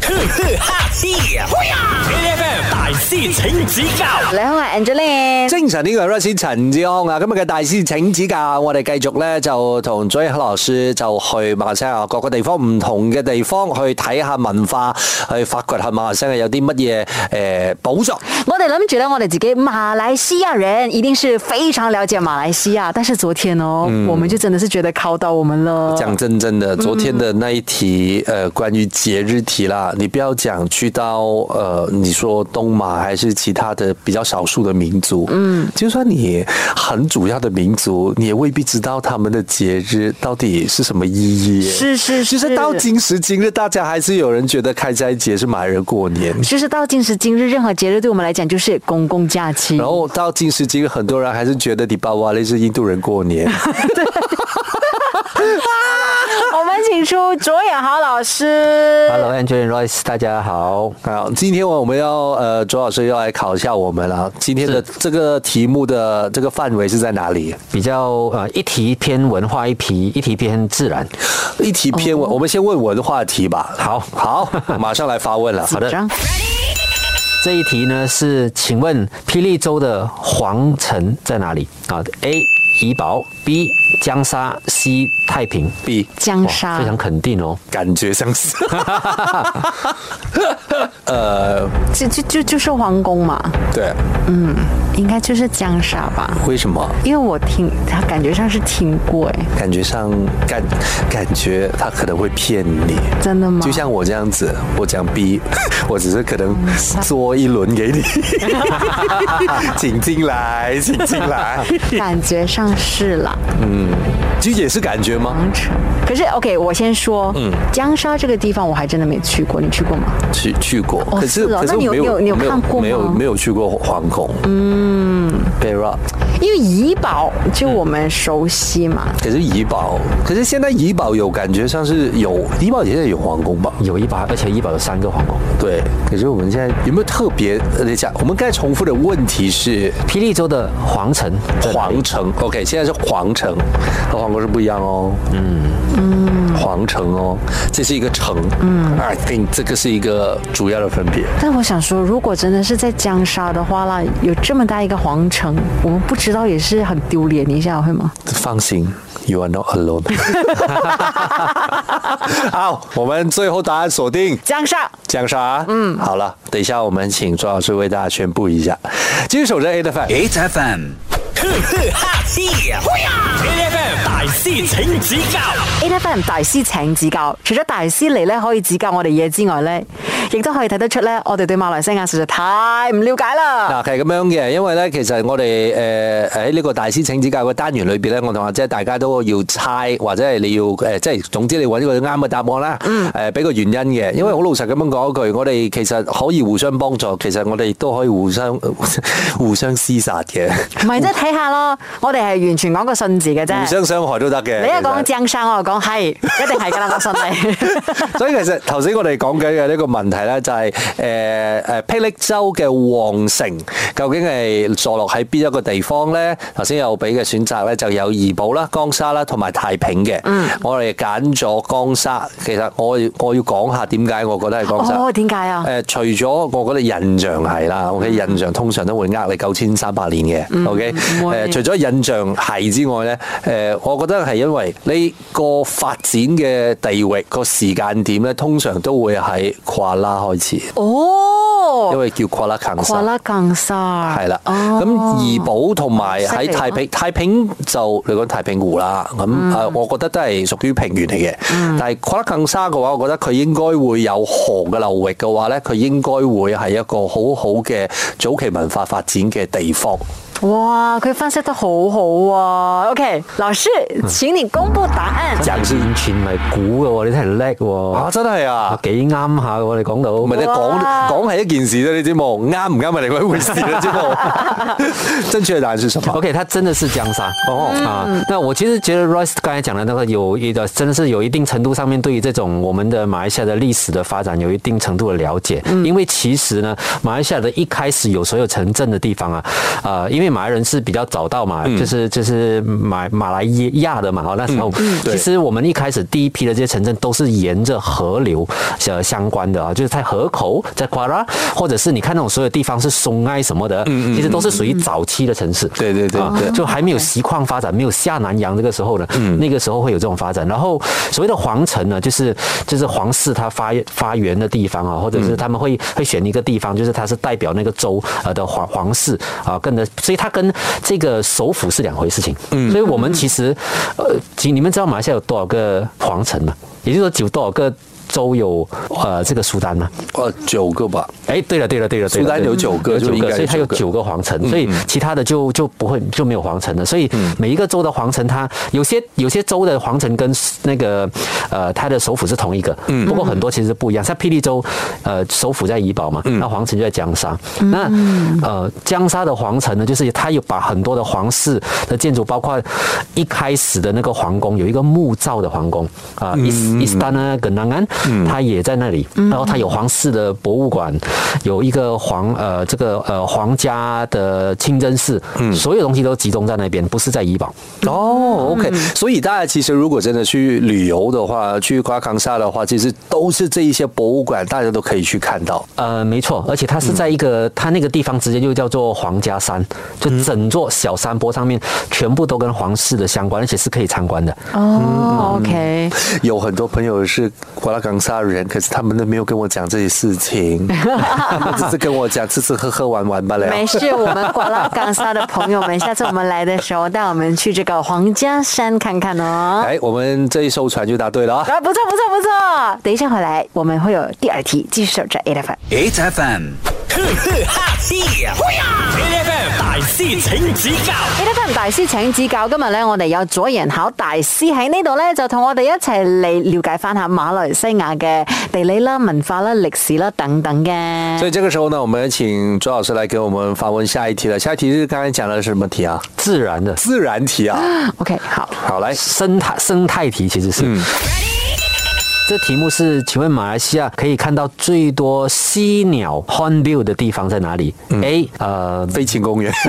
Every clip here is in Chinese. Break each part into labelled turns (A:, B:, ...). A: 哈嘿呀！A.F.M. 大師請指教
B: 你好啊，Angeline。
C: 精神呢個係 Rosie 陳志康啊，今日嘅大師請指教，我哋繼續咧就同 Joy 克羅斯就去馬來西亞各個地方唔同嘅地方去睇下文化，去發掘下馬來西亞有啲乜嘢誒寶藏。
B: 我哋諗住咧，我哋自己馬來西亞人一定是非常了解馬來西亞，但是昨天哦，
D: 嗯
B: 我們就真的是覺得考到我們了。
C: 講真真的，昨天的那一題，呃，關於節日題啦，你不要講去到呃，你說東馬還是其他的比較少數的民族，嗯，就算你很主要的民族，你也未必知道他們的節日到底是什麼意義。
B: 是是
C: 其實到今時今日，大家還是有人覺得開斋節是馬來人過年，
B: 就是到今時今日，任何節日對我們來講就是公共假期。
C: 然後到今時今日，很多人還是覺得迪巴瓦類是印度人過年。
B: 我們請出卓雅豪老師。
D: Hello, Angeline Royce，大家好。
C: 好，今天我們要呃，卓老師要來考一下我們了。今天的這個題目的這個範圍是在哪裡？
D: 比較呃，一題偏文化，一題一題偏自然。
C: 一題偏文，我們先問文化題吧。
D: 好
C: 好， 馬上來發問了。好的，
B: 張
D: 这一题呢是，请问霹雳州的皇城在哪里？啊，A 怡保，B 江沙，C 太平。
C: B
B: 江
D: 哇
B: 沙
D: 非，常肯定哦。
C: 感覺像是，呃，
B: 就就就就是皇宮嘛，
C: 對，
B: 應該就是江沙吧。
C: 為什麼？
B: 因為我聽他感覺上是聽過 哎，
C: 感覺上感感覺他可能會騙你，
B: 真的嗎？
C: 就像我這樣子，我講 B，我 只是可能做一輪給你， 請進來，請進來，
B: 感覺上是啦，
C: 就也是感覺嗎？
B: 皇城。嗯可是 OK，我先說，江沙這個地方我還真的沒去過，你去過嗎？
C: 去去過，可是
B: 是哦
C: 可
B: 那
C: 是我
B: 你有
C: 沒有
B: 你有你有
C: 沒
B: 看過嗎
C: 沒有沒有去過皇宮，嗯，Bear Rock。
B: 因為怡保就我們熟悉嘛，
C: 可是怡保，可是現在怡保有感覺上是有怡保現在有皇宮吧？
D: 有一把，而且一把有三个皇宫。
C: 对，可是我們現在有沒有特別呃等一下，我们刚才重複的問題是
D: 霹雳州的皇城在哪里，
C: 皇城，OK，現在是皇城和皇宮是不一樣哦。嗯嗯，皇城哦，這是一個城。嗯，I think 這個是一個主要的分別。
B: 但我想說，如果真的是在江沙的話啦，有這麼大一個皇城，我們不知道也是很丟臉一下，會嗎？
C: 放心，You are not alone。好，我們最後答案鎖定。
B: 江沙
C: 江沙，嗯，好了，等一下我們請周老師為大家宣布一下。繼續守着 A 的范，
A: ，H F M，呵呵哈嘿呀！A F M 大師請指教
B: ，A F M 大師請指教。除咗大師嚟咧可以指教我哋嘢之外咧，亦都可以睇得出咧，我哋對馬來西亞實在太唔了解啦。
C: 嗱，係啊咁樣嘅，因為咧，其實我哋誒喺呢個大師請指教嘅單元裏邊咧，我同阿姐大家都要猜，或者係你要誒，即係總之你揾一個啱嘅答案啦。嗯。誒，俾個原因嘅，因為好老實咁樣講一句，我哋其實可以互相幫助，其實我哋亦都可以互相 互相廝殺嘅，
B: 唔係即係睇下咯，我哋係完全講個信字嘅
C: 互
B: 啫。
C: 相傷害都得 嘅。
B: 你一講
C: 其實
B: 江沙，我就講係，一定係㗎啦，我信你。
C: 所以其實頭先我哋講緊嘅呢個問題咧，就係誒誒霹靂州嘅皇城究竟係坐落喺邊一個地方咧？頭先有俾嘅選擇咧，就有怡保啦、江沙啦同埋太平嘅。嗯，我哋揀咗江沙。其實我我要講下點解我覺得係江沙。
B: 哦，點解啊嗯
C: 誒、？呃除咗我覺得印象係啦，OK，印象通常都會呃你九千三百年嘅，OK，
B: 唔會
C: 誒除咗印象係之外咧，誒、我覺得係因為呢個發展嘅地域個時間點咧，通常都會喺跨拉開始，
B: 哦，
C: 因為叫跨拉近
B: 瓜啦更沙
C: 係啦，
B: 哦
C: 咁怡保同埋
B: 犀利啊嗯
C: 喺
B: 喎
C: 太平，太平就你講太平湖啦，咁誒，我覺得都係屬於平原嚟嘅。
B: 嗯
C: 但係跨更沙嘅話，我覺得佢應該會有河嘅流域嘅話咧，佢應該會係一個好好嘅早期文化發展嘅地方。
B: 哇，佢分析得好好啊。OK，老師，請你公布答案。
C: 正先
D: 完全唔係估嘅喎，你真係叻喎
C: 啊，，真係啊！
D: 幾啱下嘅喎，你講到。
C: 唔係你講
B: 哇
C: 講係一件事啫，你知冇？啱唔啱係另外一回事啦，知 冇？正確嘅答案是什麼？
D: OK，它真的是江沙哦啊。那我其实觉得 Royce 刚才讲的那个有一个，真的是有一定程度上面对于这种我们的马来西亚的历史的发展有一定程度的了解。因为其实呢，马来西亚的一开始有所有城镇的地方啊，呃，因为马来人是比较早到嘛，就是就是马马来亚的嘛，哦，那时候、
C: 对
D: 其实我们一开始第一批的这些城镇都是沿着河流呃相关的啊，就是在河口，在瓜拉，或者是你看那种所有地方是松埃什么的，其实都是属于早期的城市。
C: 对对对
D: 啊
C: 对嗯
D: 就还没有锡矿发展，没有下南洋这个时候呢，那个时候会有这种发展。然后所谓的皇城呢，就是就是皇室它发发源的地方啊，或
C: 嗯
D: 者是他们会会选一个地方，就是它是代表那个州呃的皇皇室啊，跟着，所以它跟这个首府是两回事情。
C: 嗯
D: 所以我们其实呃，其你们知道马来西亚有多少个皇城吗？也就是说，有多少个州有呃这个苏丹吗？
C: 呃，九个吧，
D: 哎，对了，对了，对了，对了
C: 苏丹有九个
D: 有
C: 就
D: 九
C: 应该
D: 个，
C: 有
D: 所以它有
C: 九个嗯
D: 九个皇城，所以其他的就就不会就没有皇城了。所以每一个州的皇城，它有些有些州的皇城跟那个呃它的首府是同一个，
C: 嗯
D: 不过很多其实不一样。像霹雳州，呃，首府在怡保嘛，
C: 嗯
D: 那皇城就在江沙。那呃，江沙的皇城呢，就是它有把很多的皇室的建筑，包括一开始的那个皇宫，有一个木造的皇宫啊，伊斯伊斯坦呢，耿南安，它也在那里。然后它有皇室的博物馆，有一个皇呃这个呃皇家的清真寺，所有东西都集中在那边，不是在怡保。
C: 哦，OK，、所以大家其实如果真的去旅游的话，去瓜康沙的话，其实都是这一些博物馆，大家都可以去看到。
D: 呃，没错，而且它是在一个、它那个地方直接就叫做皇家山，就整座小山坡上面全部都跟皇室的相关，而且是可以参观的。
C: 嗯
B: 哦，OK，
C: 有很多朋友是瓜拉冈沙人，可是他们都没有跟我讲这些事 情，他们只是跟我讲吃吃喝喝玩玩罢了。
B: 没事，我们瓜拉冈萨的朋友们，下次我们来的时候，带我们去这个皇家山看看哦。
C: 哎，我们这一艘船就答对了啊！
B: 啊，不错不错不错！等一下回来，我们会有第二题，继续守着 A F M。
E: 8 FM.
A: 呵呵哈嘿呀！A F M 大师请指教
B: A F M 大師請指教，今日咧我哋有左仁考大師喺呢度咧，就同我哋一齊嚟了解翻下馬來西亞嘅地理啦、文化啦、歷史啦等等
C: 所
B: 嘅。
C: 以这个时候呢，我们请周老师来给我们发问下一题了。下一题是刚才讲的什么题啊？
D: 自然的
C: 自然题啊。
B: OK，好，
C: 好，来，
D: 生态生态题其实是。
C: 嗯
D: 这题目是，请问马来西亚可以看到最多犀鸟 hornbill 的地方在哪里、a
C: 嗯
D: 呃，
C: 飞禽公园。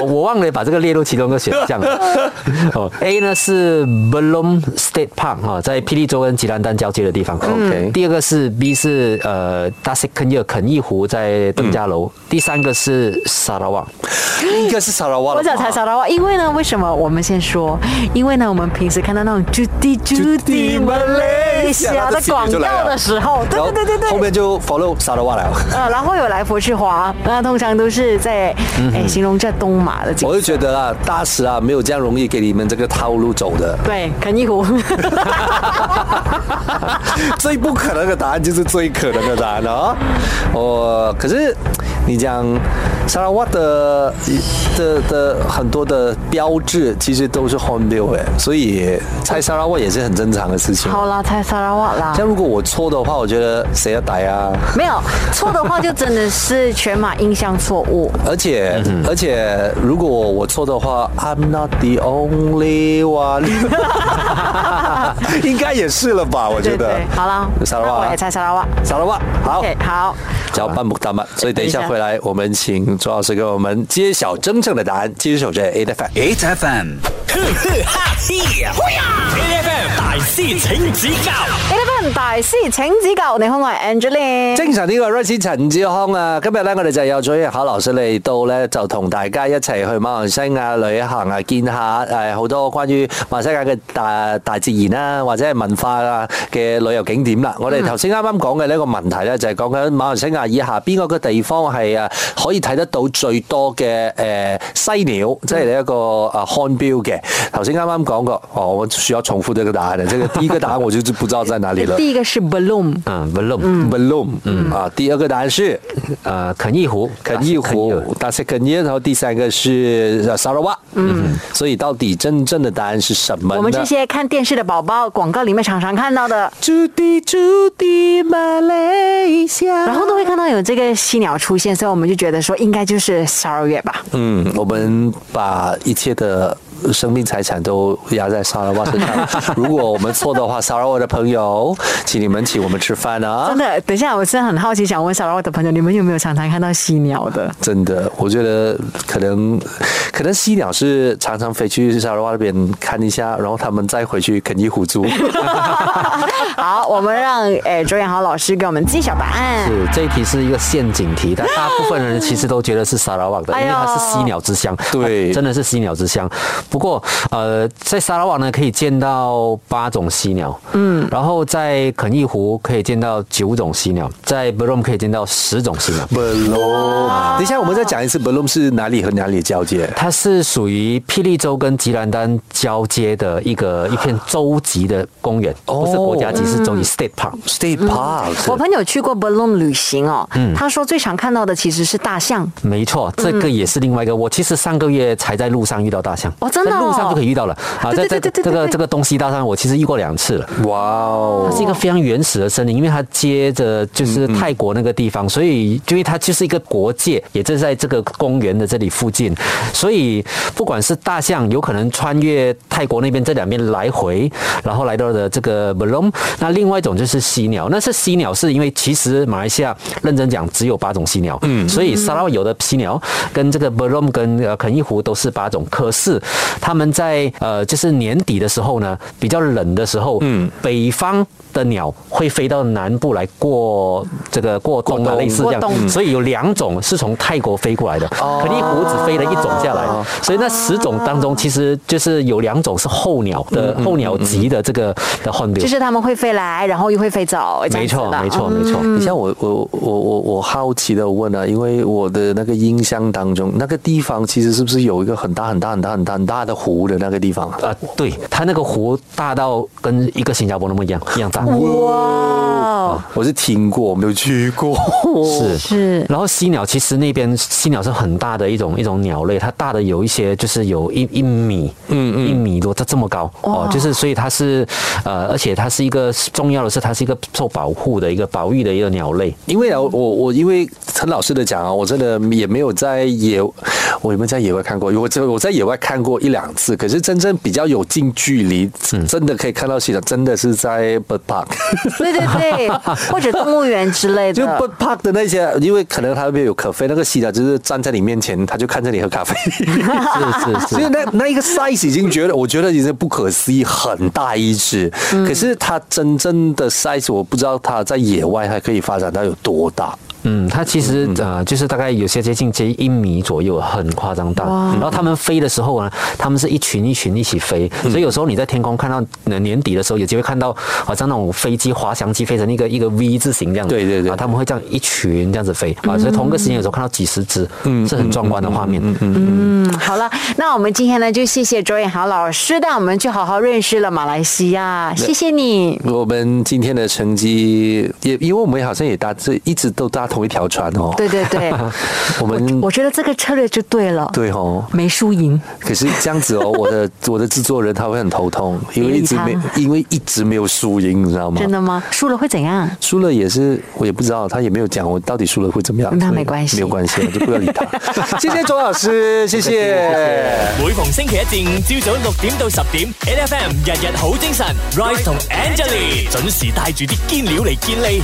D: 我我忘了把这个列入其中一个选项了。 哦，A 呢是 Belum State Park 哈、在霹雳州跟吉兰丹交接的地方。
C: 嗯 OK
D: 第二个是 B 是呃大西肯叶肯义湖在邓家楼。
C: 嗯
D: 第三个是沙拉旺。
C: 应该是萨拉瓦了吧。
B: 我想猜沙拉哇，因为呢，为什么我们先说？因为呢，我们平时看到那种 Judy Judy Malaysia 的广告的时候，对
C: 然后
B: 对对对对，
C: 后面就 follow 萨拉瓦了。
B: 呃，然后有来佛去华，那通常都是在哎形容这东马的景
C: 我就觉得啊，大使啊，没有这样容易给你们这个套路走 的。
B: 对，肯尼湖。
C: 最不可能的答案就是最可能的答案了啊！哦，可是你讲沙拉瓦的的的很多的标志其实都是 hornbill 哎，所以猜沙拉瓦也是很正常的事情。
B: 好啦，猜沙拉哇啦。
C: 像如果我错的话，我觉得谁要逮啊？
B: 没有错的话，就真的是全马印象错误。
C: 而且、
B: 嗯
C: 而且，如果我错的话，I'm not the only one，应该也是了吧？我觉
B: 对
C: 得
B: 对，。好啦，
C: 沙拉
B: 那我
C: 瓦
B: 也，猜沙拉哇。
C: 沙拉瓦，好。
B: OK，好，
C: 叫半木大曼，所以等一下回来，我们请周老师给我们揭晓真正的答案。继续守着 A F M。
E: 8 FM.
A: 呵呵哈嘿呀！A F M 大师请指教
B: Eleven 大师請指教，你好，我係 Angeline。
C: 精神呢個 r i c e 陳志康啊，今日咧我哋就有咗一考老師嚟到咧，就同大家一齊去馬來西亞旅行啊，見下誒好多關於馬來西亞嘅大大自然啦，或者係文化啊嘅旅遊景點啦。我哋頭先啱啱講嘅呢個問題咧，就係講緊馬來西亞以下邊個嘅地方係啊可以睇得到最多嘅誒犀鳥，即係呢一個啊漢標嘅。頭先啱啱講過，哦，我需要重複這個答案嘅，啊這個第一個答案我就不知道在哪裡了。
B: 第一個是 balloon，
D: 嗯，Belum，
C: Balloon，嗯啊，第二个答案是
D: 呃，肯义湖，
C: 肯义湖，答是肯义，然后第三个是呃沙拉瓦，嗯，所以到底真正的答案是什么呢？
B: 我們這些看電視的寶寶，廣告裡面常常看到的，
C: 朱迪朱迪马来西亚，
B: 然後都會看到有這個犀鳥出現，所以我們就覺得說應該就是十二月吧。
C: 嗯，我们把一切的生命财产都压在沙拉瓦身 上。如果我们错的话，沙拉瓦的朋友，请你们请我们吃饭啊
B: 真！的，等一下，我真的很好奇，想问小拉我的朋友，你们有没有常常看到犀鸟 的？
C: 真的，我觉得可能可能犀鸟是常常飞去沙拉瓦那边看一下，然后他们再回去啃一虎 猪。
B: 好，我们让诶周彦豪老师给我们揭晓答案。
D: 是这一题是一个陷阱题，但大部分人其实都觉得是沙拉瓦的，因
B: 哎
D: 为
B: 呦
D: 它是犀鸟之乡，
C: 对
D: 它真的是犀鸟之乡。不过呃，在沙拉瓦呢可以见到八种犀鸟，嗯，然后在肯义湖可以见到九种犀鸟，在 b e r o m 可以见到十种犀鸟。
C: Belum，等一下我们再讲一次，Belum 是哪里和哪里的交界？
D: 它是属于霹雳州跟吉兰丹交接的一个一片州级的公园，
C: 哦
D: 不是国家级，是州级 state park。
C: State Park，是、
B: 我朋友去过 Balloon 旅行哦，他说最常看到的其实是大象。
D: 没错，
B: 嗯
D: 这个也是另外一个。我其实上个月才在路上遇到大象，
B: 哦真的哦
D: 在路上就可以遇到了啊！在
B: 对对
D: 在
B: 对对对
D: 这个
B: 对
D: 这个东西大上，我其实遇过两次了。
C: 哇哦
D: 它是一个非常原始的森林，因为它接着就是泰国那个地方，所以因为它就是一个国界，也就在这个公园的这里附近，所以不管是大象有可能穿越泰国那边这两边来回，然后来到的这个 b e l o m 那另外一种就是犀鸟，那是犀鸟是因为其实马来西亚认真讲只有八种犀鸟，嗯，所以沙拉瓦有的犀鸟跟这个 b e l o m 跟呃肯义湖都是八种，可是他们在呃就是年底的时候呢，比较冷的时候，嗯，北方。的鸟会飞到南部来过这个过冬啊，类似这
B: 过冬
D: 样，所以有两种是从泰国飞过来的，肯定湖只飞了一种下来，所以那十种当中，其实就是有两种是候鸟的候鸟级的这个的 hornbill，
B: 就是啊他们会飞来，然后又会飞走，这样
D: 没
B: 子
D: 错，
B: 的
D: 没错，没错。
C: 你像我我我我我好奇的问啊，因为我的那个印象当中，那个地方其实是不是有一个很大很大很大很大很大的湖的那个地方啊？
D: 啊，对，它那个湖大到跟一个新加坡那么一样一样大，
B: 嗯哇，
C: 我是听过，我没有去 过。
D: 是
B: 是
D: 然后犀鸟其实那边犀鸟是很大的一种一种鸟类，它大的有一些就是有一一米，嗯嗯，一米多，它这么高哦，就是所以它是呃，而且它是一个重要的是它是一个受保护的一个保育的一个鸟类。
C: 因为啊，我我因为很老实的讲啊，我真的也没有在野，我有没有在野外看过？我只我在野外看过一两次，可是真正比较有近距离，
D: 嗯
C: 真的可以看到现场，真的是在 Bird Park，
B: 对对对，或者动物园之类
C: 就
B: 的。
C: Bird Park 的那些，因为可能他那边有咖啡，那个西的就是站在你面前，他就看着你喝咖啡，
D: 是是
C: 所以
D: 是，
C: 那那一个 size 已经觉得，我觉得已经不可思议，很大一只。
D: 嗯
C: 可是它真正的 size，我不知道它在野外还可以发展到有多大。
D: 嗯，它其实呃就是大概有些接近接一米左右，很夸张大。然后它们飞的时候呢，它们是一群一群一起飞，所以有时候你在天空看到呃年底的时候，有机会看到好像那种飞机滑翔机飞成一个一个 V 字形这样子。
C: 对对对
D: 啊，他们会这样一群这样子飞啊，所以同个时间有时候看到几十只，嗯，是很壮观的画面。
B: 嗯，好了，那我们今天呢就谢谢周彦豪老师，带我们去好好认识了马来西亚，谢谢你。
C: 我们今天的成绩也，因为我们好像也搭这一直都搭同一条船哦。
B: 对，对对，
C: 我们
B: 我觉得这个策略就对了，
C: 对哦。
B: 没输赢。
C: 可是这样子哦，我的我的制作人他会很头痛，因为一直
B: 你
C: 没
B: 理
C: 因为一直没有输赢，你知道吗？
B: 真的吗？输了会怎样？
C: 输了也是，我也不知道，他也没有讲我到底输了会怎么样。
B: 那
C: 所以
B: 没关系
C: 没有关系，我就不要理 他。谢谢周老师，谢谢。
A: 每逢星期一至五朝早六點到十點，N F M 日日好精神，Rise 同 Angelie 準時帶住啲堅料嚟健利。